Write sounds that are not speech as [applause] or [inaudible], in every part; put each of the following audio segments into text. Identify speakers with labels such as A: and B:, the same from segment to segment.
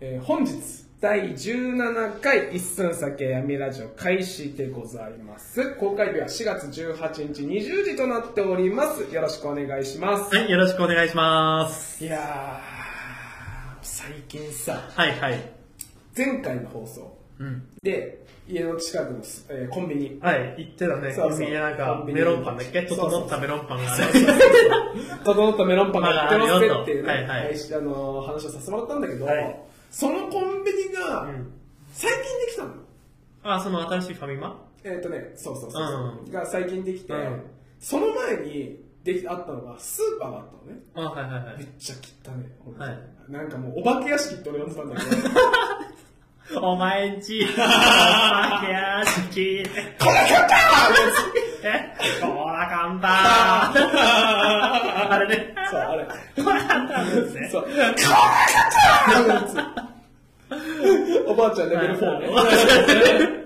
A: えー本日第17回一寸酒闇ラジオ開始でございます公開日は4月18日20時となっておりますよろしくお願いします、
B: はい、よろしくお願いします。
A: い、やー最近さ
B: はいはい。
A: 前回の放送
B: うん。
A: で家の近くのス、えーコンビニ
B: はい、言ってたね。
A: そうそう
B: コンビニでなん
A: コ
B: か
A: ン、ビニ
B: メロンパンだっけ
A: そうそう
B: 整ったメロンパンがある。 [laughs]
A: 整ったメロンパンが売ってます
B: あ
A: ね
B: あ
A: っていうね、
B: はいはい
A: 配信あのー話をさせてもらったんだけど、
B: はい
A: そのコンビニが
B: うん
A: 最近できたの、
B: あ、その新しいファミマ
A: えっ、とねそうそうそうそう、
B: うん
A: が最近できて、
B: うん
A: その前にできあったのがスーパーだったのね
B: あ、はいはいは
A: めっ
B: い。
A: ちゃ汚ね、ほんと
B: はい
A: なんかもうお化け屋敷って俺呼んでたんだけ
B: [laughs]
A: ど
B: お前んち、お化け屋敷。
A: こら許可
B: え、こらかんだあれね。
A: そうあれ [laughs]
B: こらかんだですね。
A: そうおばあちゃんレベル4ね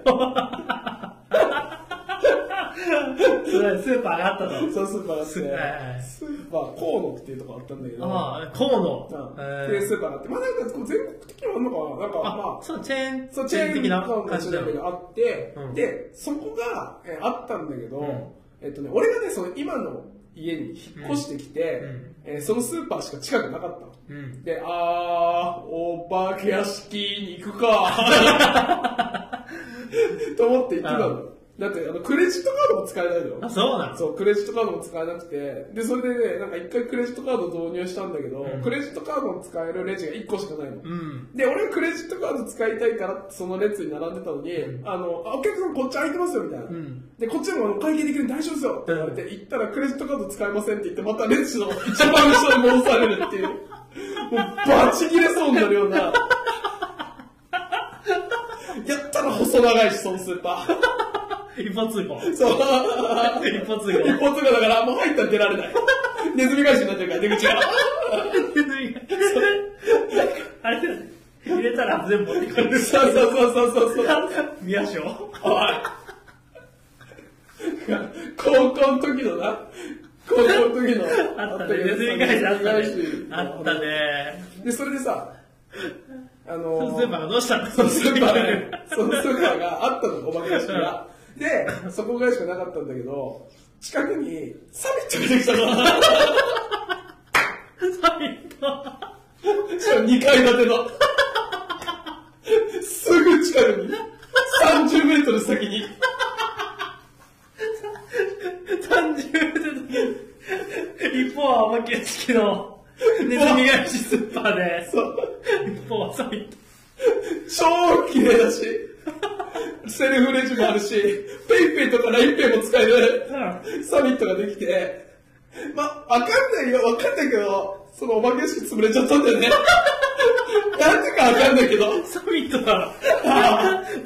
B: それスーパーがあったと。
A: [laughs] そうスーパーがあって
B: スーパーはい
A: スーパー河野っていうとこあったんだけど
B: ああ、河野。
A: うんでスーパーがあってまあなんかこう全国的にはあるのかななんかま
B: あ
A: あ、
B: そう、チェーン、
A: そうチェーン
B: 的な
A: の
B: 感じ
A: だ
B: だよ
A: け
B: ね。
A: どあって、
B: うん
A: でそこが、えーあったんだけど、
B: うん
A: えっとね俺がねその今の家に引っ越してきて、
B: うんうん
A: えーそのスーパーしか近くなかったの
B: うん。
A: であーお化け屋敷に行くか [laughs] と思って行ってたのだってあのクレジットカードも使えないのよ
B: あ、そうなの
A: そうクレジットカードも使えなくてでそれでねなんか一回クレジットカード導入したんだけど、
B: うん
A: クレジットカードの使えるレジが1個しかないの、
B: うん。
A: で俺がクレジットカード使いたいからってその列に並んでたのに、
B: うん
A: あのあお客さんこっち空いてますよみたいな、
B: うん
A: でこっちもあの会計できるんで大丈夫ですよって言われて、行ったらクレジットカード使えませんって言ってまた列の一番後ろに戻されるっていうもうバチ切れそうになるような [laughs] やったら細長いしそのスーパー [laughs]
B: 一方通行。
A: そう
B: 一方通
A: 一
B: 行。
A: 方通過だからもう入ったら出られないネズミ返しになってるから出口が [laughs]
B: あれだよね入れたら全部持ってくる。
A: そうそうそうそうそうそう
B: 宮城
A: おい高校の時のな高校の時の
B: あったね。ネズミ返しあったね。あったね。
A: でそれでさあの
B: そのスーパーがどうしたの
A: そのスーパーねそのスーパーがあったのお化け屋敷がでそこぐらいしかなかったんだけど近くにサミットができたから
B: サミット。
A: しかも2階建てのすぐ近くに30メートル先に
B: 30で、一方はお化け屋敷のネズミ返しスーパーで、
A: そう
B: 一方はサミット。
A: 超綺麗だし、セルフレジもあるし、ペイペイとかラインペイも使えるサミットができて、ま、わかんないよ、わかんないけど、そのお化け屋敷潰れちゃったんだよね。なんでかわかんないけど、
B: サミットだろ。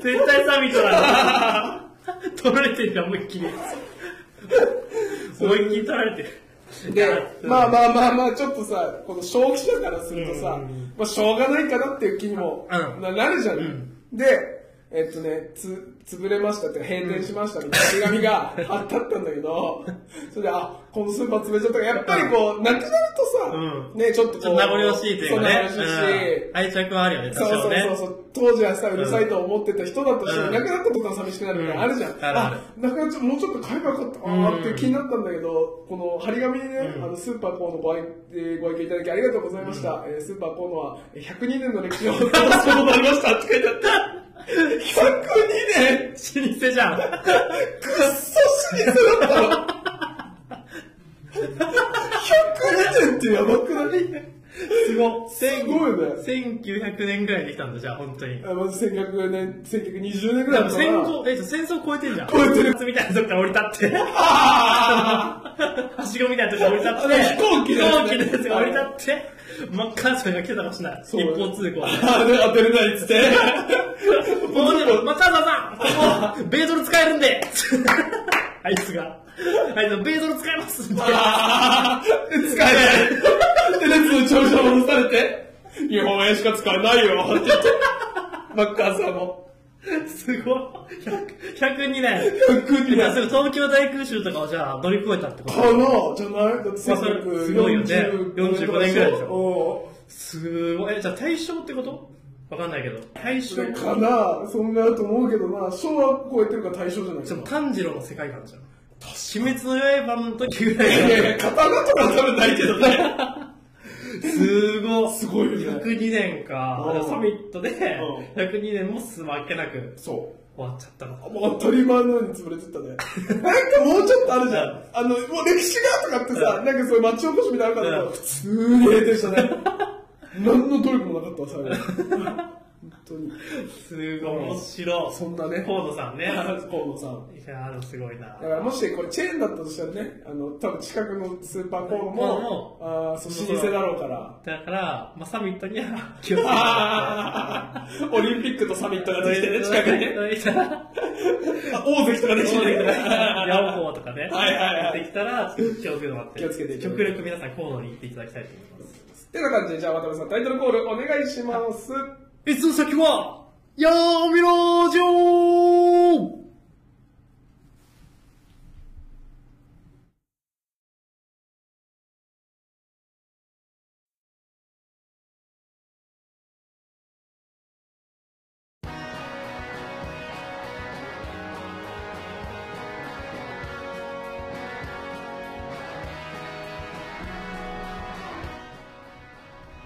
B: 絶対サミットだろ。取られてるよ、思いっきり。思いっきり取られてる。
A: で、まあ
B: あ。
A: まあまあまあ、ちょっとさ、この正気者からするとさ、
B: うん
A: まあ、しょうがないかなっていう気にも
B: うん
A: ななるじゃん。
B: ん
A: で、えっとね、つ、潰れましたって、閉店しましたみたいな手紙
B: [laughs]
A: があったったんだけど、それで、あ、このスーパー潰れちゃったから、やっぱりこう、なくなるとさ、
B: うん
A: ね、ちょっとこう、
B: ちょっと名残惜しいというかね。
A: そう名残惜しい
B: うん愛着はあるよね、
A: そ
B: 多
A: う
B: 少
A: そう
B: ね
A: そう。そう当時はさうるさいと思ってた人だとしても、
B: うん
A: 亡くなったことは寂しくなるみたいなのあるじゃん、
B: うんあるある
A: なくなっちゃうもうちょっと買えばよかったあ
B: う
A: ー
B: ん
A: って気になったんだけどこの張り紙にね、
B: うん
A: あのスーパーコーのご愛,、えーご愛嬌いただきありがとうございました、えースーパーコーのはえー102年の歴史を残すことになりましたって書いてあった102年
B: [laughs] 老舗じゃん。
A: くっそ老舗だったの102年ってやばくない
B: すごい。
A: すごいね
B: 1900年ぐらいできたんだ、じゃあ、本当に。
A: あまず1900年1920年ぐらいだ
B: でも
A: った
B: 戦
A: な
B: 争、え、じゃあ戦争超えてんじゃん。
A: 超えてる
B: みたいなとこから降り立 [laughs] って。はしごみたいなとこから降り立って。
A: あの飛行機のやつね
B: 飛行機のやつが降り立って、真っ赤な人が来てたかもしれない。 [laughs] 一
A: そう
B: 方通行で。
A: あで当てれないっつって
B: もうでも、まあ、たださん、ここ、ベードル使えるんで [laughs] あいつが、あいつがベードル使え [laughs] ますんで、
A: あー使えない。で、列の長者戻されて、日本円しか使えないよって言って、マッカーサーも。
B: すごい。100 102年。
A: 服に
B: い [laughs] や、そ
A: な
B: れ東京大空襲とかをじゃあ乗り越えたってこ
A: ことの、じゃないだって
B: そうすごいよね
A: 1945
B: 45年ぐらいでしょ
A: お
B: すごい。え、じゃあ大正ってことわかんないけど。大
A: そ
B: 正
A: れかなそんなと思うけどな、昭和超えてるから大正じゃない
B: で
A: か
B: も
A: な。
B: 炭治郎の世界観じゃん。鬼滅の刃の時ぐらい
A: いやい
B: から
A: や、刀とか多分ないけどね。
B: すごい。
A: すごいよね
B: 102年か
A: う。ん
B: サミットで
A: う、
B: 102年もすわけなく
A: そう。
B: 終わっちゃったの。
A: もう当たり前のように潰れてったね。なんかもうちょっとあるじゃん。あの、もう歴史がとかってさ、なんかそういう町おこしみたいなのあるから
B: うん
A: 普通に閉店したね。何の努力もなかったわ、最後。本当に。
B: すごい。面白い。
A: そんなね。
B: 河野さんね。いや
A: 河野さん。
B: ー、でもすごいな
A: だ。からもしこれチェーンだったとしたらね、あの、多分近くのスーパー河野
B: 河野
A: も
B: も、
A: ああ、そう老舗だろうから。
B: だから、まあ、サミットには気をつけて。
A: [laughs] オリンピックとサミット
B: ね。
A: あ大関とかできてね
B: ヤオホーとかね。
A: はいはいはい
B: できたら、気をつけてもらって。
A: 気をつけていただいて
B: 極力皆さん、河野に行っていただきたいと思います。
A: ってな感じで、じゃあ渡辺さんタイトルコールお願いします。
B: いつの先は、ヤーミラ城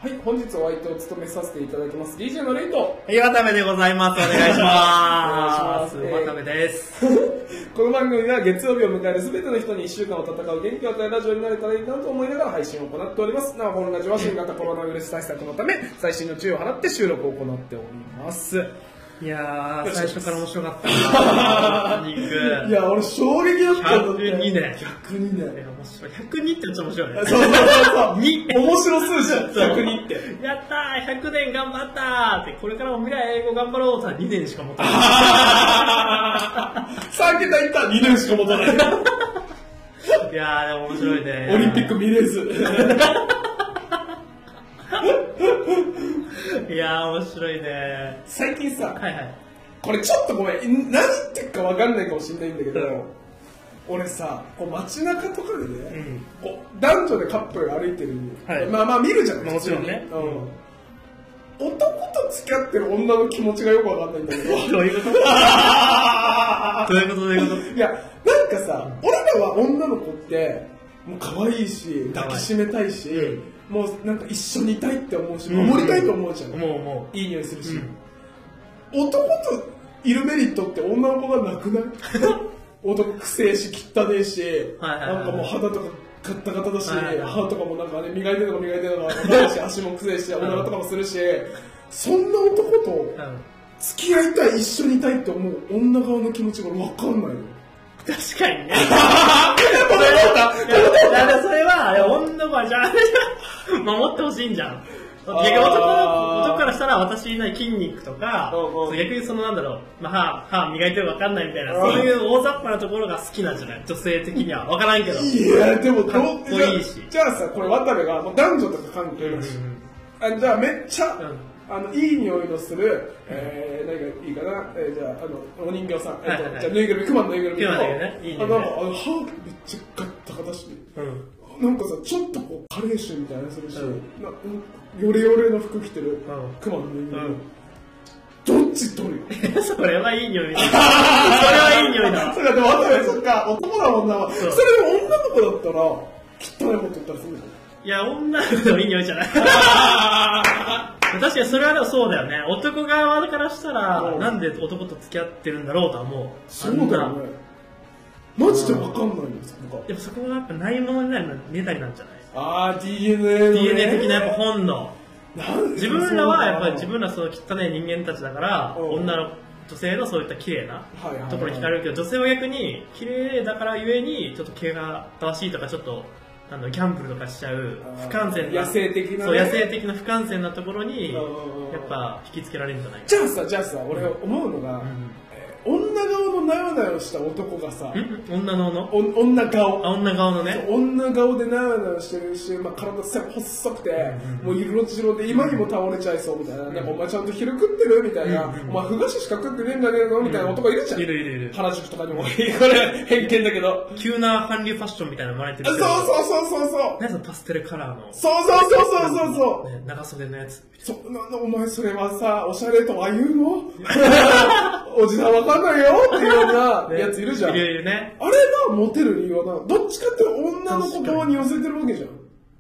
A: はい、本日お相手を務めさせていただきます DJ のレイト
B: 岩ためでございます。お願いしま
A: お願いし
B: す。
A: ます
B: 岩ためです。
A: この番組は月曜日を迎える全ての人に1週間を戦う元気を与えるラジオになれたらいいなと思いながら配信を行っておりますなおこのラジオは新型コロナウイルス対策のため最新の注意を払って収録を行っております
B: いやー、最初から面白かった
A: [laughs]
B: な。ニング。
A: いや俺衝撃だったんだって
B: 102ね
A: 102
B: い
A: ね
B: や面白い。102ってめっちゃ面白いね
A: そう。そうそう
B: に
A: 面白数字だった102って
B: やったー !100 年頑張ったーって、これからも未来英語頑張ろうとは2年しか持ってない。
A: 3桁いったら2年しか持たない [laughs]
B: いやー、でも面白いね。
A: オリンピック見れず [laughs]
B: ク。いやー、面白いね。
A: 最近さ、
B: はいはい。
A: これちょっとごめん何言ってるか分かんないかもしれないんだけど、
B: うん
A: 俺さこう街中とかでね、
B: ん
A: こう男女でカップルが歩いてる、
B: はい
A: まあまあ見るじゃない
B: もちろんね
A: 普通にうん男と付き合ってる女の気持ちがよく分かんないんだけど [laughs]
B: どういうことどういうことどういうこと
A: いやなんかさ、俺らは女の子ってもう可愛いし抱きしめたいし、
B: うん
A: もうなんか一緒にいたいって思うし
B: うん
A: 守りたいと思うじゃん、
B: もうも
A: いい匂いするし、
B: うん
A: 男といるメリットって女の子がなく
B: [laughs]
A: ない男くせえし汚ねえし、
B: はいはいはい
A: なんかもう肌とかガッタガタだし、
B: はいはいはい
A: 歯とかもなんかね磨いてるのか磨いてるのか分かんないし足もくせえしお
B: ん
A: ならとかもするしそんな男
B: う。う
A: と
B: ん。
A: 付き合いたい一緒にいたいって思う女側の気持ちが分かんないの
B: 確かにね。それだからそれは、いや女はじゃあ、守ってほしいんじゃん。
A: あー
B: 逆に男の男からしたら私にない筋肉とか、
A: うんうん
B: そう逆にそのなんだろう、まあ、歯、歯磨いてるか分かんないみたいな、
A: うん
B: そういう大雑把なところが好きなんじゃない女性的には。分からんけど。
A: いやでもどう
B: かっこいいし
A: じゃあじゃあさこれ渡部がもう男女とか関係なし、あじゃあめっちゃ、
B: うん
A: あのいい匂いのする、えー、何がいいかな、えー、じゃああのお人形さん、え
B: はい
A: ー
B: はい
A: と
B: [laughs] はい
A: じゃあぬいぐるみクマのぬいぐるみ
B: クマのぬいぐるみねいいね
A: あなんかあの歯めっちゃガッタガタして
B: うん [laughs]
A: なんかさちょっとこう加齢臭みたいなのするし、
B: うん
A: なうんヨレヨレの服着てる、
B: ん
A: クマのぬいぐるみ、
B: うん
A: どっち取るよ
B: それはいい匂
A: [laughs]
B: いだ。それはいい匂いだ
A: そ。れでも渡部そっか男だ女はそ
B: そう
A: れでも女の子だったら汚いこと言ったらするじゃん
B: いや、女の子のいい匂いじゃ
A: [laughs]
B: ない。確かにそれはでもそうだよね。男側からした
A: う
B: ら、
A: ん
B: なんで男と付き合ってるんだろうとは思う。
A: そうだ
B: あ
A: よ
B: んな
A: ねマジでわかんないんですよ僕は
B: でもそこがやっぱないものになるのはネタになるんじゃない
A: ああ DNA の、ね、
B: ?DNA 的なやっぱ本能。
A: なんで
B: 自分らはやっぱり自分らその汚い人間たちだから、
A: うん
B: 女の女性のそういった綺麗な
A: はいはいはい
B: ところに惹かれるけど、女性は逆に綺麗だからゆえに、ちょっと毛が正しいとか、ちょっと、あの、ギャンブルとかしちゃう
A: あー、
B: 不完全な。
A: 野生的なね
B: そう、野生的な不完全なところ
A: う
B: に、
A: んうんうん
B: やっぱ引きつけられるんじゃないか
A: じゃあさじゃあさ俺思うのが、
B: ん
A: え女顔のなよなよした男がさ、
B: ん女のの
A: お女顔。
B: あ女顔のね
A: 女顔でなよなよしてるし、まあ、体さ細くて、もう色白で今にも倒れちゃいそうみたいな、なんかお前ちゃんと昼食ってるみたいな、お前ふ菓子しか食ってねえんじゃねえのみたいな男いるじゃん、
B: いるいるいる
A: 原宿とかにも [laughs] これ偏見だけど
B: 急な韓流ファッションみたいなの生まれてる
A: あそうそうそうそうそう
B: 何そのパステルカラーの
A: そうそうそうそうそうそう
B: ね長袖のやつ
A: そななお前それはさおしゃれとは言う
B: [laughs]
A: のおじさんわかんないよっていうような
B: ね
A: やついるじゃん、
B: いるいるね
A: あれがモテる理由はなどっちかって女の子側に寄せてるわけじゃん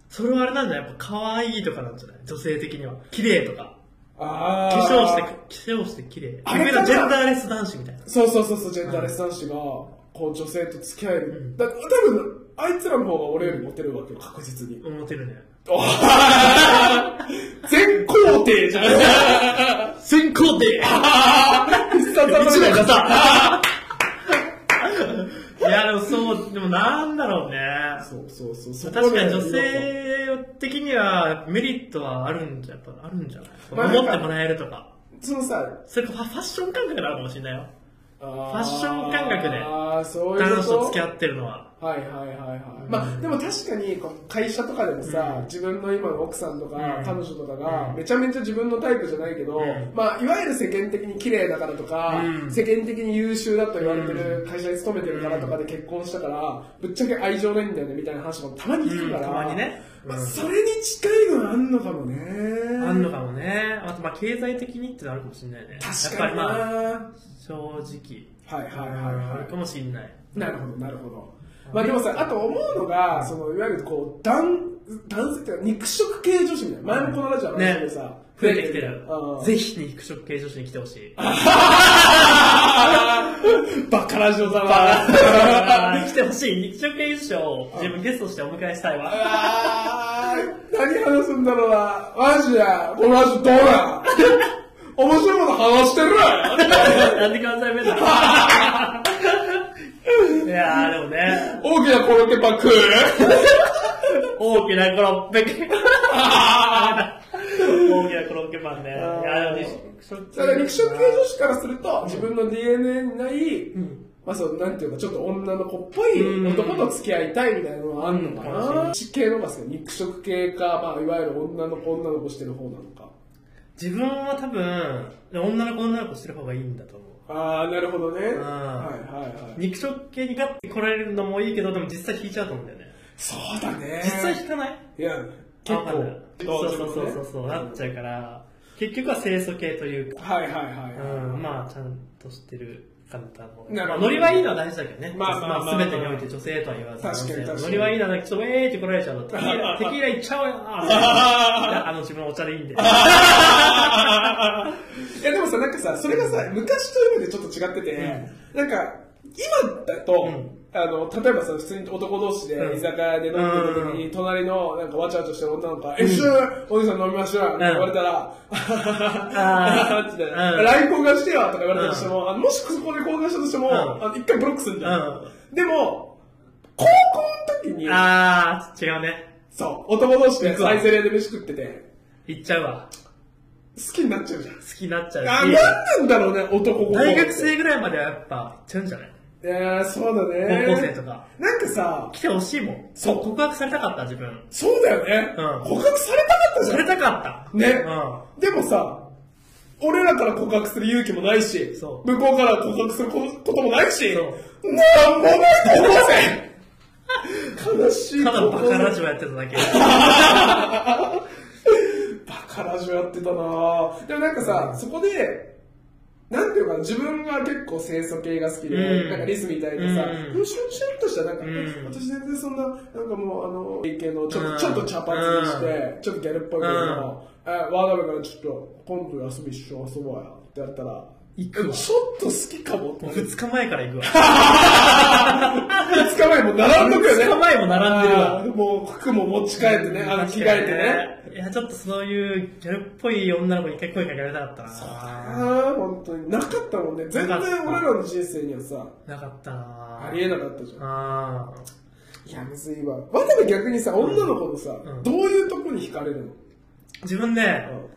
B: それはあれなんじゃないやっぱ可愛いとかなんじゃない女性的には綺麗とか
A: あ
B: 化
A: ー
B: 粧して化粧して綺麗
A: あれかな
B: 夢のジェンダーレス男子みたいな
A: そうそうそうそうジェンダーレス男子がこう女性と付き合える、だ多分あいつらの方が俺よりモテるわけよ確実に
B: 思ってるね
A: 全皇帝じゃん
B: [laughs] 先行で
A: [laughs] 必殺技
B: 一
A: だよ
B: の方 [laughs] いやでもそうでもなんだろうね
A: そうそうそうそこ
B: 確かに
A: ね
B: 女性的にはメリットはあるんじゃやっぱあるんじゃない、
A: まあ
B: 思ってもらえるとか
A: そのさ
B: それかファファッション感覚なのかもしれないよ
A: ファ
B: ァッション感覚で
A: あーそういうこと
B: 男子と付き合ってるのは
A: はいはいはいはい、まあでも確かにこう会社とかでもさ、自分の今の奥さんとか、
B: うん
A: 彼女とか
B: う
A: が
B: ん
A: めちゃめちゃ自分のタイプじゃないけど、
B: うん
A: まあいわゆる世間的に綺麗だからとか、
B: うん
A: 世間的に優秀だと言われてる会社に勤めてるからとかで結婚したからぶっちゃけ愛情ないんだよねみたいな話もたまに聞くから、
B: うんたまにね
A: まあ、
B: うん
A: それに近いのはあんのかもね
B: あんのかもねあとまあ経済的にってのあるかもしれないね
A: 確
B: やっ
A: かに
B: ぱり
A: な、
B: まあ正直
A: はいはいはいはい
B: あるかもしれない
A: なるほどなるほどまあでもさあと思うのがそのいわゆるこう男男性っていうか肉食系女子みたいな前もこのラジオの話でさ、
B: 増えてきてる
A: うん
B: ぜひ肉食系女子に来てほし
A: [laughs]
B: い
A: バカラジオだな
B: あ [laughs] ー来てほしい肉食系女子を自分ゲストとしてお迎えしたいわ
A: あー何話すんだろうなマジやこのラジオどうだ [laughs] 面白いこと話してる
B: なんで関西
A: [laughs]
B: 弁だいやーでもね
A: 大きなコロッケパック
B: 大きなコロッ
A: [laughs]
B: ケ大きなコロッケパンねい
A: あー
B: やーでも肉食系
A: ただ肉食系女子からすると自分の DNA にない、まあそうなんていうかちょっと女の子っぽい男と付き合いたいみたいなのはあんのか
B: うんうん
A: な地系の方が好き肉食系か、まあ、いわゆる女の子女の子してる方なのか
B: 自分は多分女の子女の子してる方がいいんだと思う
A: ああなるほどねはい
B: ん
A: はいはい
B: 肉食系にガッて来られるのもいいけどでも実際引いちゃうと思うんだよね
A: そうだね
B: 実際引かない
A: いや結
B: あわかんない
A: 構
B: そうそうそうそうそう、
A: ね
B: なっちゃうから結局は清楚系というか、
A: はいはいはい、
B: うん、まあちゃんとしてる方の
A: なる
B: まあ
A: ほど
B: ノリはいいのは大事だけどね、
A: まあまあまあ
B: 全てにおいて女性とは言わず
A: 確かに
B: 男性
A: 確かに
B: ノリはいいのはちょっとウェーって来られ
A: [laughs]
B: ちゃうのテキーラテキーラいっちゃおうよないやあの自分のお茶でいい
A: [laughs]
B: んで
A: いやでもさなんかさそれがさ昔と今でちょっと違ってて、なんか今だと、
B: ん
A: あの例えばさ普通に男同士
B: う
A: で
B: ん
A: 居酒屋で飲んでる時に、隣のなんかわちゃわちゃしてる女の子が「一緒おじさん飲みましょう」って言われたら「あ
B: あ
A: ー
B: ー
A: って言って
B: うん
A: LINE 交換してよ」とか言われたとしても、あのもしそこで交換したとしても、
B: うん
A: あの一回ブロックするんじゃん、
B: うん
A: でも高校の時に
B: あー違うね
A: そう男同士で
B: 行くわ
A: サイゼリヤで飯食ってて
B: 行っちゃうわ
A: 好きになっちゃうじゃん
B: 好きになっちゃ
A: あ、
B: う
A: なん
B: し
A: なんだろうね、男心
B: 大学生ぐらいまではやっぱ行っちゃうんじゃない
A: いやーそうだね。
B: 高校生とか。
A: なんかさ、
B: 来てほしいもん。
A: そう
B: 告白されたかった、自分。
A: そうだよね。
B: うん
A: 告白されたかったじゃ
B: されたかった。
A: ん。ね、
B: う
A: でもさ、俺らから告白する勇気もないし、
B: そう
A: 向こうから告白することもないし、
B: そ
A: なんもない高校
B: [laughs]
A: 生悲しい
B: ん。ただ
A: 高
B: バ
A: 校
B: カ
A: 生。
B: ラジオやってただけ。
A: バカラジオやってたなぁでもなんかさ、そこで、なんていうかな、自分が結構清楚系が好きで、
B: うん
A: なんかリスみたいなさ、
B: う
A: シュンシュンとした、なんか、
B: うん
A: 私全然そんな、なんかもう、あの、経験の、ちょっ
B: う
A: と、
B: ん
A: ちょっと茶髪にして、ちょっとギャルっぽいけど、
B: うん
A: え、わかるからちょっと、今度休み一緒に遊ぼうや、って言われたら、
B: 行くわ
A: ちょっと好きかもって。
B: 二日前から行くわ。
A: 二日前も並んどくよね。
B: 二日前も並んでるわ
A: あーもう服も持ち帰ってね、あの、着替えてね。
B: てね。いや、ちょっとそういうギャルっぽい女の子に一回声かけられたかったな。
A: ああ、本当に。なかったもんね。全然俺らの人生にはさ、
B: なかったな
A: ありえなかったじゃん。
B: あー
A: いや、むずいわ。渡部逆にさ、女の子のさ、
B: うん
A: どういうとこに惹かれるの、
B: 自分ね、
A: うん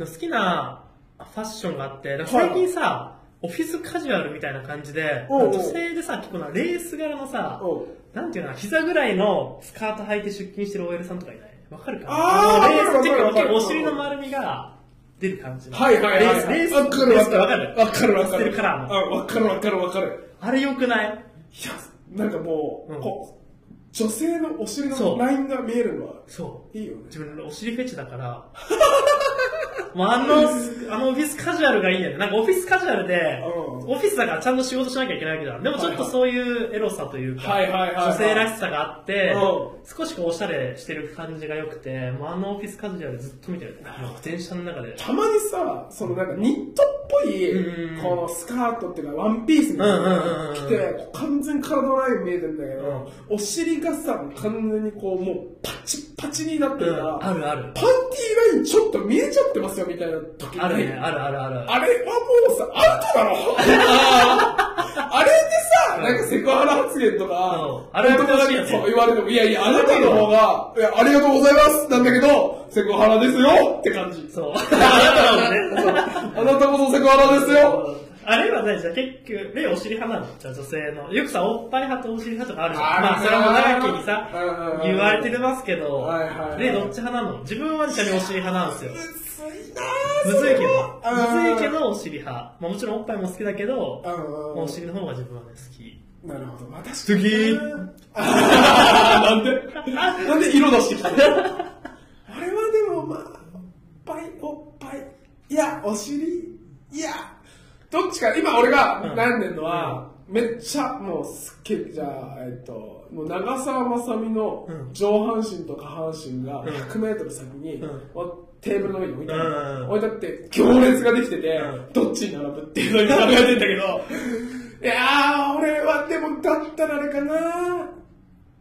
B: 好きなファッションがあって、だから最近さ、オフィスカジュアルみたいな感じで、
A: おうおう
B: 女性でさ、結構な、レース柄のさ
A: おう、
B: なんていうのかな、膝ぐらいのスカート履いて出勤してる OL さんとかいないわかるか
A: あー
B: のレースチェック
A: わかるわかる
B: お尻の丸みが出る感じの。
A: はいはいはい。
B: レース、レース、
A: わかる
B: レー
A: わ
B: ス
A: か
B: って
A: る。
B: わかる
A: わかるわ
B: 知
A: か
B: ってるカラーの。
A: あわかるわかるわかる。
B: あれ良くない
A: いや、なんかもう、
B: うん
A: こう、女性のお尻
B: そ
A: の
B: う
A: ラインが見えるのは、
B: そう。
A: いいよね。
B: 自分お尻フェチだから、まあ、あの、あのオフィスカジュアルがいいんだよね。なんかオフィスカジュアルで、
A: うん
B: オフィスだからちゃんと仕事しなきゃいけないわけだ。でもちょっとそういうエロさというか、
A: はいはいはいはい
B: 女性らしさがあって、
A: う
B: 少しこうおしゃれしてる感じが良くて、もうあのオフィスカジュアルずっと見てる。なんか電車の中で。
A: たまにさ、そのなんかニットっぽい、
B: うん
A: このスカートっていうかワンピースみたいなの
B: うんうんうんうん
A: が着て、こう完全に体のライン見えてんだけど、お尻がさ、完全にこうもうパチッパチになってるから、
B: うんあるある
A: パンティーラインちょっと見えちゃってますよみたいな時に
B: あるね、あるあるある。
A: あれはもうさ、アウトだ
B: [laughs]
A: ろあれってさ、なんかセクハラ発言と
B: う
A: か
B: ん、あれはやめてほしいよね
A: そう言われても、いやいや、あなたの方が、いや、ありがとうございますなんだけど、セクハラですよって感じ。
B: そう。 [laughs] あなただもんね。
A: あなたこそセクハラですよ
B: あれはね、じゃあ結局、例お尻派なのじゃあ女性の。よくさ、おっぱい派とお尻派とかあるじゃん。
A: ある
B: まあ、それも長き
A: う
B: に
A: んうんう
B: さ
A: ん、
B: 言われてますけど、
A: はいはいはい
B: 例どっち派なの自分はちなみにお尻派なんですよ。
A: むずいな
B: むずいけど、
A: うん
B: むずいけどお尻派。まあもちろんおっぱいも好きだけど、
A: うんうんうん
B: お尻の方が自分はね、好き。
A: なるほど、また
B: 好き
A: [laughs] なんでなんで色出してきたのあれはでもまあ、おっぱい、おっぱい、いや、お尻、いや、どっちか、今俺が
B: うん
A: 悩んでるのは、めっちゃもうすっげえ、じゃあ、えっと、もう長澤まさみの
B: うん
A: 上半身と下半身が
B: ん
A: 100メートル先に、
B: うん
A: おテーブルの上に置いてあ
B: うんう
A: る
B: ん
A: 置いてあって、行列ができてて、
B: うん
A: どっちに並ぶっていうのに考えてんだけど、いやー、俺はでもだったらあれかな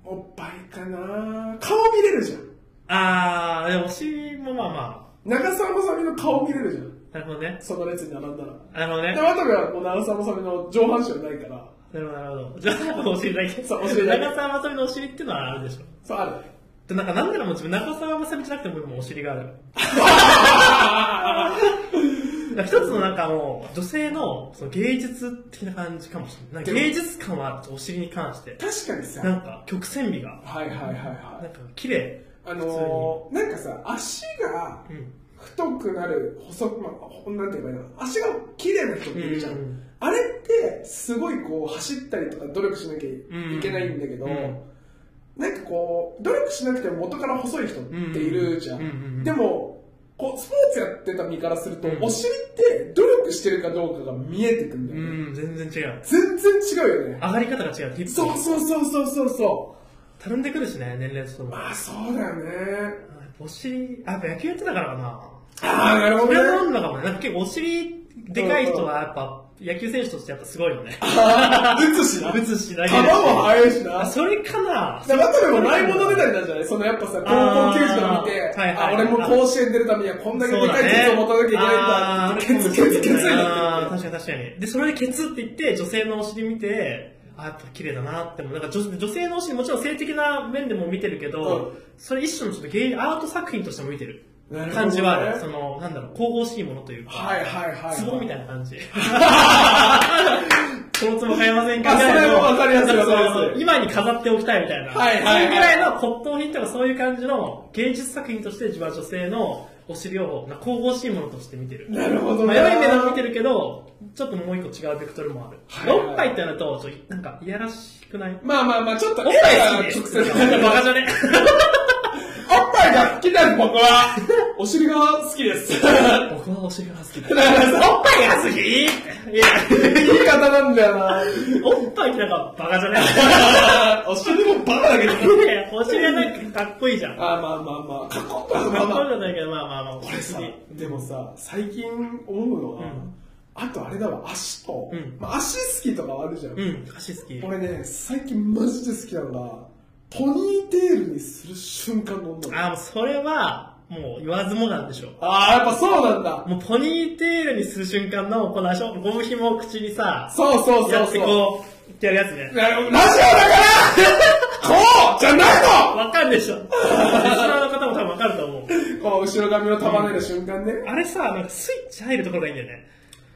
A: おっぱいかな顔見れるじゃん。
B: あー、でもお尻もまあま
A: 長澤まさみの顔見れるじゃん。
B: あ、なるほどね。
A: その列に並んだら。
B: なるほどね
A: で、。渡部はもう長澤まさみの上半身はないから、
B: なるほど、なるほど。じゃあ、お尻だけ。
A: そうお尻だけ
B: 長澤まさみのお尻っていうのはあるでしょ。
A: そうある。
B: でなんかなんならもう自分長澤まさみじゃなくてももうお尻が
A: [laughs]
B: ある。なんか一つのなんかもう女性のその芸術的な感じかもしれない。なんか芸術感はあるお尻に関して。
A: 確かにさ、
B: なんか曲線美が、
A: はいはいはい
B: な
A: はい。
B: んか綺麗。
A: あのー、なんかさ、足が
B: うん。
A: 太くなる、細く、まあ、ほなんて言えばいいの足が綺麗な人っているじゃん。
B: うんうん
A: あれって、すごいこう、走ったりとか努力しなきゃいけないんだけど、
B: うん
A: なんかこう、努力しなくても元から細い人っているじゃん。
B: うんうんうん
A: でも、こう、スポーツやってた身からすると、
B: うん
A: お尻って努力してるかどうかが見えてくんだよね。
B: うん、全然違う。
A: 全然違うよね。
B: 上がり方が違う。ヒップ
A: そうそうそうそうそうそ
B: たるんでくるしね、年齢とと
A: う。
B: もに。
A: まあ、そうだよね。
B: お尻、あ、やっぱ野球やってたからかな。
A: ああ、なるほ
B: そ
A: ど
B: れ
A: ね。
B: はあるのかもね。なんか結構お尻でかい人はやっぱ野球選手としてやっぱすごいよね。
A: [laughs] 打つしな。
B: [laughs] 打つし投げるし
A: 球も速いし
B: あ、
A: な。
B: それかな
A: で、渡部もないものねだりなんじゃないそのやっぱさ、高校球児とか見て、
B: あーはいはい
A: あ、俺も甲子園出るためにはこんだけでかいケツを持たなきゃいけないんだって。ケツ、ケツ、ケツにな
B: あー
A: ってる。
B: 確かに確かに。で、それでケツって言って、女性のお尻見て、あ、やっぱ綺麗だなって思う。なんか女女性のお尻もちろん性的な面でも見てるけど、
A: うん
B: それ一種のちょっと芸アート作品としても見てる
A: なるほどね
B: 感じはある。その、なんだろう、神々しいものというか、
A: はいはいはいはい
B: ツボみたいな
A: [laughs]
B: 感じ。そのツボ買えませんか
A: あそれはわかりやすい
B: なんそう
A: わかりやすい
B: 今に飾っておきたいみたいな。
A: はいはいはい
B: それぐらいの骨董品とかそういう感じの芸術作品として自分は女性のお尻をなんか神々しいものとして見てる。
A: なるほど
B: ま
A: ね
B: あ、良い目でも見てるけど、ちょっともう一個違うベクトルもある。
A: はいはい
B: おっぱいってなると、ちょっとなんかいやらしくない
A: まあまあまあ、ちょっ
B: お
A: と
B: っ
A: 絵が
B: ぱい
A: 直
B: 好き
A: 接。
B: で。なんかバカじゃね
A: おっぱいが好きです、僕は。お尻が好き
B: [laughs]
A: です。言い
B: 僕はお尻が
A: [laughs]
B: 好きだ。おっぱいが好きいや、
A: 方なんだよな。
B: おっぱいってなんかバカじゃね
A: [laughs] お尻もバカだけど。
B: いやお尻はなんかかっこいいじゃん。かっ
A: あまあまあまあ、かっこ
B: こ
A: よ
B: よ
A: く
B: く
A: まあまあ。
B: ないけど、まあまあまあ、お
A: これさ
B: 尻。、
A: でもさ、最近思うのは、
B: うん
A: あとあれだわ、足と、
B: うん
A: まあ、足好きとかはあるじゃん。
B: うん、足好き。
A: 俺ね、最近マジで好きなのが、ポニーテールにする瞬間の女の子。
B: あ、もうそれは、もう言わずもなんでしょう。
A: あー、やっぱそうなんだ。
B: もうポニーテールにする瞬間の、この足を、ゴム紐を口にさ、
A: そうそうそ
B: や
A: う
B: って
A: そう。
B: こう、ってやるやつね。
A: なるほどラジオだからこうじゃないの
B: わかるでしょ。リスナーの方も多分わかると思う。
A: こう、後ろ髪を束ねる瞬間ね。
B: あれさ、なんかスイッチ入るところがいいんだよね。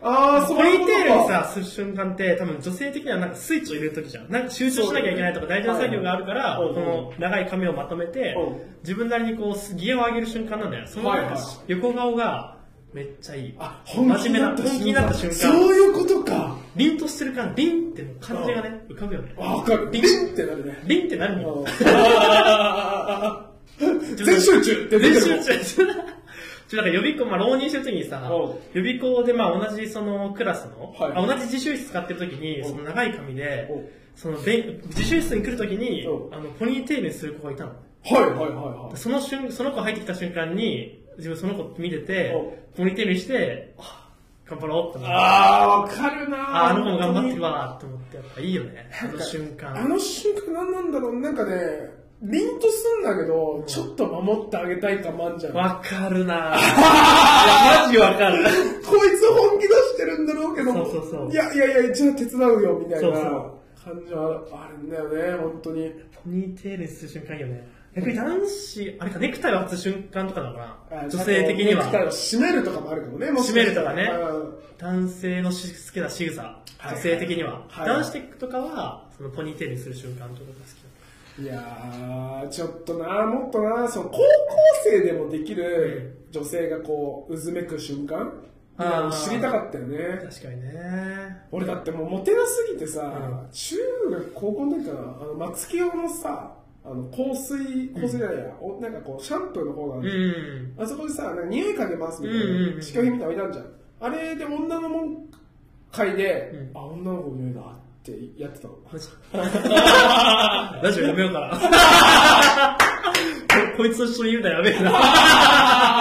A: ああ、
B: ポ
A: そうい
B: ニー
A: う
B: テールに
A: ことか。
B: さ、する瞬間って、多分女性的にはなんかスイッチを入れるときじゃん。なんか集中しなきゃいけないと
A: そ
B: か
A: うだ
B: 大
A: ね
B: 事な作業があるから、
A: はいはい
B: この長い髪をまとめて
A: うん、
B: 自分なりにこう、ギアを上げる瞬間なんだよ。そのなん
A: はい
B: か
A: はい
B: 横顔が、めっちゃいい。
A: あ、
B: 真面目な、本気になった瞬間。
A: そういうことか。
B: 凛としてる感、凛ってもう感じがね、浮かぶよね。
A: あ、わかる。ビンってなるね。
B: 凛ってなるもん。
A: [laughs] 全集中って
B: 練
A: 出
B: 習
A: てるもん。
B: 中ちょなんか予備校、まあ、浪人してる時にさ
A: おう、
B: 予備校で、まあ、同じそのクラスの、
A: はい
B: あ同じ自習室使ってる時に、
A: おう
B: その長い髪で
A: おう、
B: そのべ自習室に来る時に
A: お、う
B: あの、ポニーテールにする子がいたの。
A: はいはいはいはい。
B: その瞬、その子入ってきた瞬間に、自分その子見てて
A: おう、
B: ポニーテールにして、あ頑張ろうって思って。
A: ああ、わかるな
B: あ、あの子も頑張ってるわーって思って、やっぱいいよね。あの瞬
A: あ
B: 間。
A: の瞬間何なんだろうなんかね、凛とすんだけど、ちょっと守ってあげたい感もあんじゃん。こ
B: わか
A: [laughs]
B: るなーいや、マジわか
A: い
B: る。
A: つ本気出してるんだろうけど、
B: そうそうそう
A: いやいやいや、じゃあ手伝うよ、みたいな
B: そうそう
A: 感じはあるんだよね、本当に。
B: ポニーテールにする瞬間いいよね。逆に男子、あれか、ネクタイを外す瞬間とかなのか
A: あ
B: な女性的に
A: ネクタイを
B: は。
A: 締めるとかもあるかもね、もしかしたら
B: 締めると
A: うん
B: 男性のし好きな仕草。
A: い
B: 女性的には。
A: はい
B: 男子的とかは、そのポニーテールにする瞬間とかが好き
A: いやー、ちょっとな、もっとな、その高校生でもできる女性がこう、うずめく瞬間、
B: あー
A: 知りたかったよね
B: な。。確かにね。
A: 俺だってもうモテなすぎてさ、
B: う
A: 中学、高校の時かな、あの、松木用のさ、あの、香水、香水じゃないや、おなんかこう、シャンプーの方があ
B: う
A: るじゃんあ
B: ん。
A: そこでさ、なんか匂い嗅げますみたい
B: うんうんう
A: な、
B: ん
A: 試供品みたいなの置いてあるじゃん。あれで女のもん嗅いで、
B: うん
A: あ、女の子の匂いだってやってたの。
B: マジラジオやめようかな。
A: [laughs]
B: ここいつと一緒に言うのやべえな。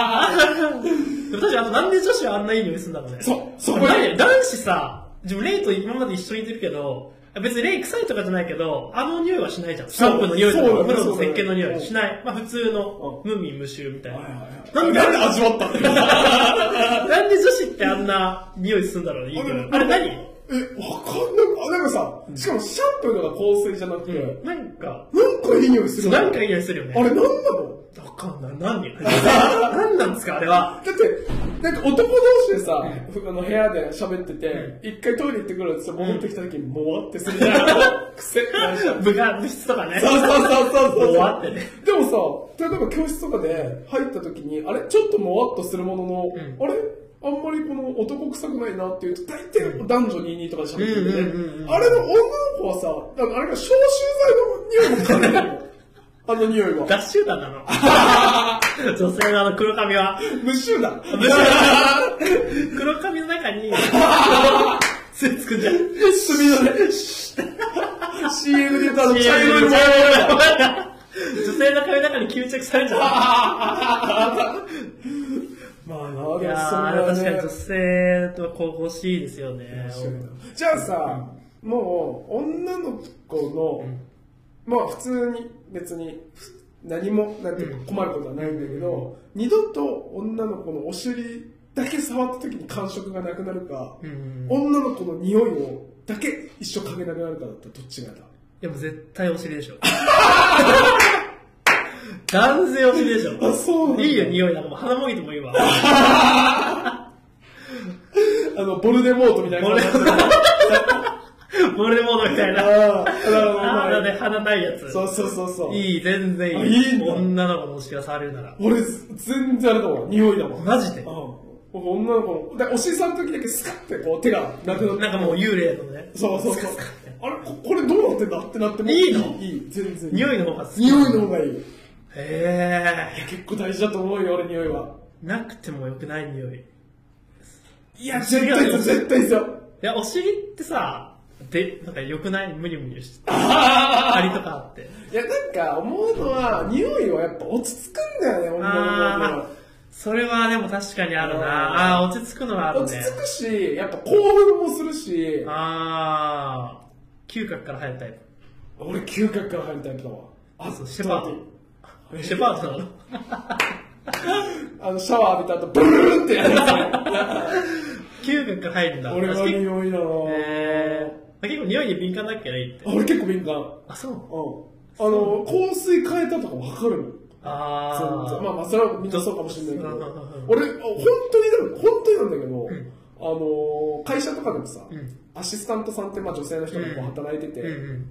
B: でも確かに、あとなんで女子はあんないい匂いするんだろうね。
A: そう、そ
B: そ
A: こ
B: こ
A: で。
B: 男子さ、自分レイと今まで一緒にいてるけど、別にレイ臭いとかじゃないけど、あの匂いはしないじゃん。シ
A: そう
B: ャンプーの匂いとか、
A: そう
B: お
A: だね
B: 風呂の石鹸の匂
A: そうだ
B: い
A: ね
B: しない。まあ普通の、無味無臭みたい
A: はいはい
B: な。
A: はい
B: なんで
A: なんで味わった [laughs] んだよ
B: なんで女子ってあんな匂いするんだろうね、いいけど。あれ何
A: え、わかんない。あ、なんかさ、しかもシャンプーのが香水じゃなくて、
B: うんなんか、
A: なんかいい匂いす
B: そ
A: る
B: う
A: の
B: なんかいい匂いするよ
A: あれ
B: ね。
A: なんなの
B: わかんない。何何 [laughs] なんですか、あれは。
A: だって、なんか男同士でさ、あの部屋で喋ってて、一回トイレ行ってくるって戻ってきた時に、もわって
B: [laughs]
A: するじゃん。癖ってなるじゃん
B: 部活、部室とかね。
A: そうそうそうそうそう。
B: もわってね。
A: でもさ、例えば教室とかで入った時に、あれちょっともわっとするものの、
B: ん
A: あれあんまりこの男臭くないなっていうと、大体男女22とかで喋ってる
B: うんうんうん
A: よ
B: う
A: ね。
B: ん
A: あれの女の子はさ、あのあれが消臭剤の匂いも嗅いでる
B: [laughs]
A: よ。あの匂いは。
B: 脱臭団
A: [laughs]
B: なの。女性のあの黒髪は。
A: 無臭だ。
B: 黒髪の中に、スーツくんじゃん。
A: 墨のね、CM で言うとあの茶色いもの。
B: 女性の髪の中に吸着されち
A: [laughs]
B: ゃ
A: まあ
B: う。いやー、確かに女性と神々しいですよね。
A: じゃあさ、もう女の子の、まあ普通に別にふ何もなんていう
B: う
A: か
B: ん
A: 困ることはないんだけど、二度と女の子のお尻だけ触った時に感触がなくなるか、
B: うん。い
A: 女の子の匂いをだけ一生嗅げなくなるかだったらどっちがだ
B: や、もう絶対お尻
A: [laughs]
B: でしょ。男性お尻でし
A: あ、
B: ょ。
A: そうなんだ
B: いいよ、匂いなんかもう鼻もぎてもいいわ。
A: あの、ボルデモートみたいな
B: ボルデモ
A: ート。
B: ボルデモードみたい
A: ああ、
B: な。
A: なるほどなる
B: 鼻
A: ほど
B: で鼻ないやつ。
A: そうそうそうそう。
B: いい、全然い
A: あいいん
B: い。
A: だ
B: 女の子のお尻が触れるなら。
A: 俺、全然あれだもん。匂いだもん。
B: マジで
A: うん。僕、女の子の、だからお尻触る時だけスカッてこう手がなくなって。
B: なんかもう幽霊のね。
A: そうそうそう。あれここれどうなってんだってなっても
B: いいの
A: いい、全然。
B: 匂いの方が好き。
A: 匂いの方がいい。い
B: へ
A: や結構大事だと思うよ、俺匂いは。
B: え。なくてもよくない匂い。い
A: いや、絶対ですよ、絶対ですよ。
B: や、お尻ってさ、で、なんかよくないムニムニして。ありとかあって。
A: いや、なんか思うのは、匂いはやっぱ落ち着くんだよね、女の
B: あ
A: 子
B: ー、それはでも確かにある
A: あ
B: なあー、落ち着くのはあ
A: の。
B: る
A: 落ち
B: ね。
A: 着くし、やっぱ興奮もするし、
B: あー、嗅覚から入るタイ
A: 俺嗅覚から入るタイプだわ。あ
B: そうシェパードプ。シェパードなの
A: あの、シャワー浴びた後、ブルーってやるやつね。
B: 嗅覚から入るんだ。
A: 俺は
B: 私結
A: 匂いだな
B: 構えー、結構匂いに敏感だっけねいいって
A: あ。俺結構敏感。
B: あ、そう
A: うん。あの、香水変えたとかわかるの
B: あ
A: 全
B: ー。
A: 然まあまあそれはみんなそうかもしれないけ
B: うん
A: ど
B: うんうんうん
A: 俺あ本当にでも本当になんだけど、あのー会社とかでもさ、
B: うん
A: アシスタントさんってまあ女性の人がこう働いてて、
B: うんうん。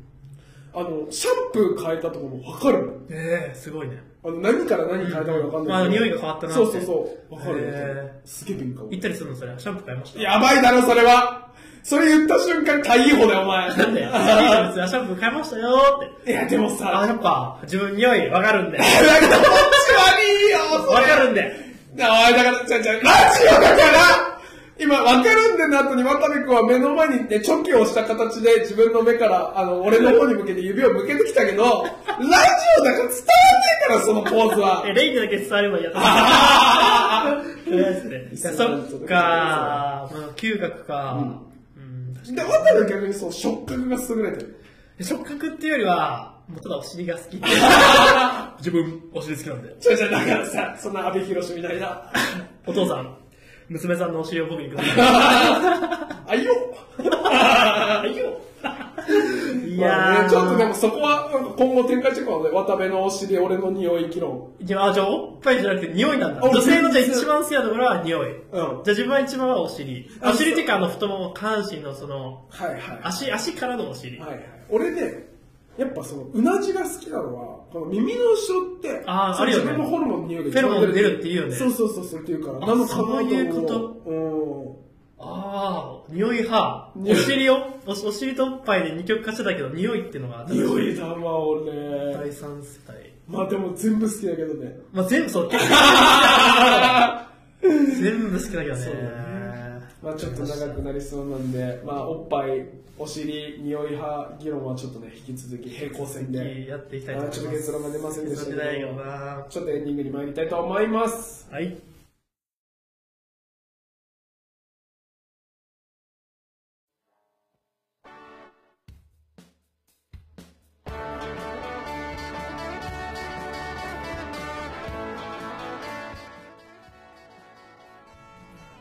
A: あの、シャンプー変えたとこもわかるもん
B: ええすごいね。
A: あの、何から何変えたかわかんないけど
B: うんあ匂いが変わったなって
A: そうそうそう。わかるよ
B: へえ
A: すげえ敏感。
B: 行ったりするのそれシャンプー買いました。
A: やばいだろ、それは。それ言った瞬間、かいい方だよ、お前。
B: なんでいいからシャンプー買いましたよーっ
A: [laughs]
B: て。
A: いや、でもさ、
B: あ、やっぱ、自分匂いわかるんで。
A: 気持ち悪いよ、そ
B: わ
A: れ
B: かるんで。
A: なあ、だから、じゃじゃラジオだから今、わかるんでの後に渡部君は目の前にね、チョキをした形で自分の目から、あの、俺の方に向けて指を向けてきたけど、ラジオだから伝わんないから、そのポーズは
B: え、。レインだけ伝わればいい [laughs] やと思って。とりあえずね。いや、そっかー。まあ、嗅覚か。うん。確かに
A: で、渡部は逆にそう、触覚が優れてる。
B: 触覚っていうよりは、もうただお尻が好
A: [laughs]
B: き。自分、お尻好きなんで。
A: じゃじゃだからさ、そんな阿部寛みたいな。
B: お父さん、娘さんのお尻を僕にくださ
A: あいよ [laughs]
B: い。いいよ。 [laughs] い
A: まあ
B: や
A: ね
B: ー。
A: ちょっとでもそこは、なんか今後展開していこうね。渡部のお尻、俺の匂い議論。
B: じゃあ、じゃあ、おっぱいじゃなくて匂いなんだ。
A: あ俺
B: 女性のじゃあ
A: 全然
B: 一番好きなところは匂い。じゃ
A: うん
B: あ自分は一番はお尻。
A: あ
B: お尻っていうか、あの、太もも、下半身のその、
A: はいはい。
B: 足、足からのお尻。
A: はいはい、俺ねやっぱそのうなじが好きなのはこの耳の後ろって
B: あー
A: その
B: あるよね
A: 自分のホルモンの匂いが
B: フェロモン出るっていうよね
A: そうそうそうそうっていうから
B: あ
A: なのかなと思
B: そういうこ
A: こ
B: ああ、匂い派。
A: 匂
B: お
A: い
B: 尻を、おお尻とおっぱいで二極化してたけど、匂いっていうのが
A: と匂いだわ俺
B: 第三世代。
A: まあでも全部好きだけどね
B: まあ、全部そう、結構
A: [laughs]
B: 全部好きだけどね
A: そうね。まあちょっと長くなりそうなんでまあおっぱいお尻匂い派議論はちょっとね引き続き平行線で
B: やっていきたいと
A: あ
B: 思い
A: ーちょ
B: ます。
A: っと結論が出ませんでしたけ
B: 結論
A: ど
B: 出ないよな。
A: ちょっとエンディングに参りたいと思います
B: はい。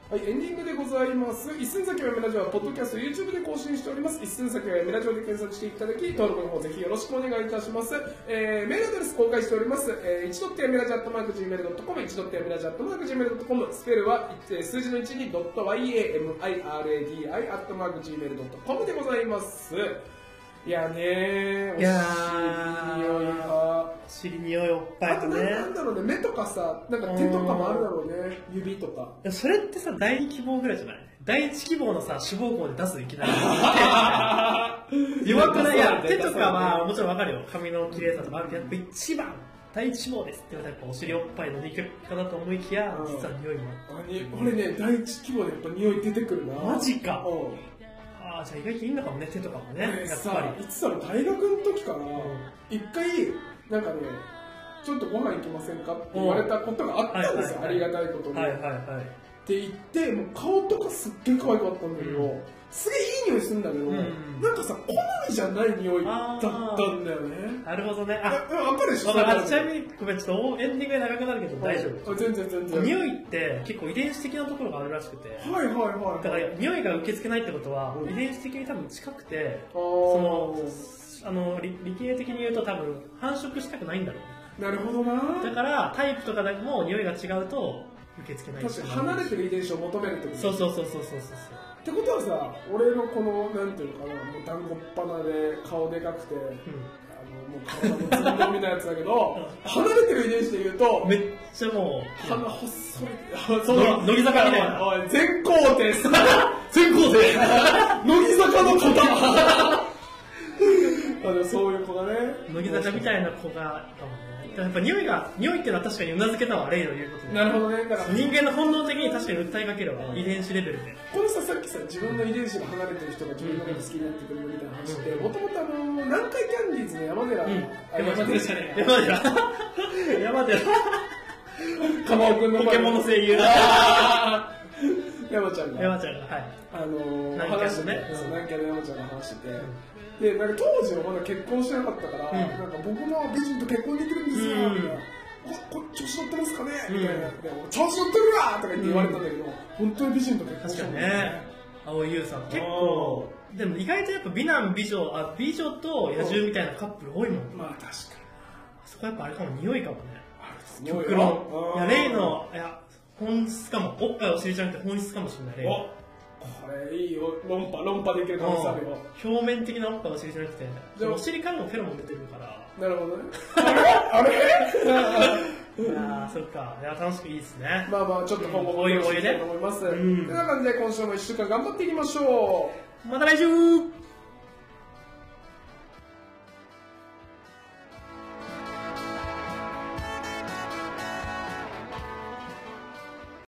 A: はい、エンディングでございます。一寸先はメラジオは、ポッドキャスト、YouTube で更新しております。一寸先はメラジオで検索していただき、登録の方ぜひよろしくお願いいたします。えー、メールアドレス公開しております。えー、一度ってメラジアットマーク Gmail.com、一度ってメラジアットマーク Gmail.com、スペルは、えー数字の1に .yamiradi アットマーク Gmail.com でございます。いやねー、
B: いやー
A: お尻匂いが。
B: お尻匂いおっぱ
A: あ
B: い
A: と
B: と
A: な
B: ね。
A: なんだろうね、目とかさ、なんか手とかもあるだろうね、指とか。
B: でもそれってさ、第二希望ぐらいじゃない第一希望のさ、志望校で出すいきな
A: [laughs]
B: り。弱くないいや、手とかはもちろんわかるよ。髪の綺麗さとかあるけど、やっぱ一番、第一志望ですって言われたらやっぱお尻おっぱいの二極化だと思いきや
A: う、ん
B: 実は匂いも。
A: 何俺ね第一規模でやっぱ匂い出てくるな
B: マジか
A: うん
B: ああ、じゃあ意外といいのかもね、手とかもね。
A: 俺
B: やっぱ
A: さいつだろう大学の時かな一回なんかねちょっとご飯行きませんかって言われたことがあったんですよ、あ
B: うんはいはい
A: り
B: は
A: がたいこと
B: り。
A: に、
B: はいは
A: っ
B: いはい。
A: て言ってもう顔とかすっげえ可愛かったんだけど、
B: うん
A: すげえいい匂いするんだけど、
B: ん
A: なんかさ好みじゃない匂いだったんだよね
B: なるほどね。
A: いや
B: あ、
A: でも分かるでしょ
B: わかるあ
A: そ
B: ち
A: れ
B: なみに、ごめん、ちょっとエンディングで長くなるけど大丈夫。
A: あ全然全然
B: 匂いって結構遺伝子的なところがあるらしくて。
A: はいはいはい
B: だから匂いが受け付けないってことは、
A: うん
B: 遺伝子的に多分近くて
A: あ
B: その
A: ー
B: あの理理系的に言うと多分繁殖したくないんだろう
A: なるほどな
B: だからタイプとかでも匂いが違うと受け付けない
A: 確かに離れてる遺伝子を求めるってこと
B: そうそうそうそうそうそう
A: ってことはさ俺のこのなんていうのかなもう団子っ鼻で顔でかくて
B: そう、
A: あのもう体の寸胴みたいなやつだけど離れてる遺伝子で言う
B: う
A: と
B: ん、めっちゃも
A: 鼻細い
B: の乃木坂みたいな
A: おいおい全校生さ全校生乃木坂の子だ
B: [laughs]
A: あでもそういう子がね
B: う乃木坂みたいな子がかもねやっぱ匂いが匂いっていうのは確かにうなずけたわ例の言うことで
A: なるほどねだから
B: 人間の本能的に確かに訴えかければ遺伝子レベルで
A: このささっきさ自分の遺伝子が離れてる人が自分のこと好きになってくれるみたいな話って
B: うん
A: もともとあの南海キャンディーズの山寺、
B: うん
A: あ山寺じゃねえ
B: 山寺山寺
A: 鎌尾君の
B: ポケモンの声優だ
A: 山ちゃんが
B: 山ちゃんがはい
A: あのー、
B: 南キャのね
A: 話してて、
B: うん
A: そう南キャの山ちゃんが話してて、
B: ん
A: でなんか当時はまだ結婚してなかったから、
B: うん
A: なんか僕も美人と結婚できるんですよ、
B: うん
A: みたいな。ここ調子乗ってますかね、
B: うん
A: みたいなでも調子乗ってるわとか言って言われたんだけど、本当に美人と結婚
B: 確
A: し
B: か
A: た
B: に
A: んだ
B: ね蒼井優さん結構でも意外とやっぱ美男美女あ美女と野獣みたいなカップル多いもん
A: まあ確かに
B: そこやっぱあれかも匂いかもね
A: あるす
B: 極論いや例のいや本質かもおっぱいお尻じゃなくて本質かもしれない例の
A: おこれいいよ、論破、論破できる可能性あるよ。
B: 表面的なおっぱいお尻じゃなくて
A: でも
B: お尻からもフェロモン出てるから
A: なるほどね。 [laughs] あれあれ
B: ああそっかいや楽しくいいですね
A: まあまあ、ちょっと今後
B: うんおいおいね
A: と思います。
B: うん
A: てな感じで今週も一週間頑張っていきましょう。
B: また来週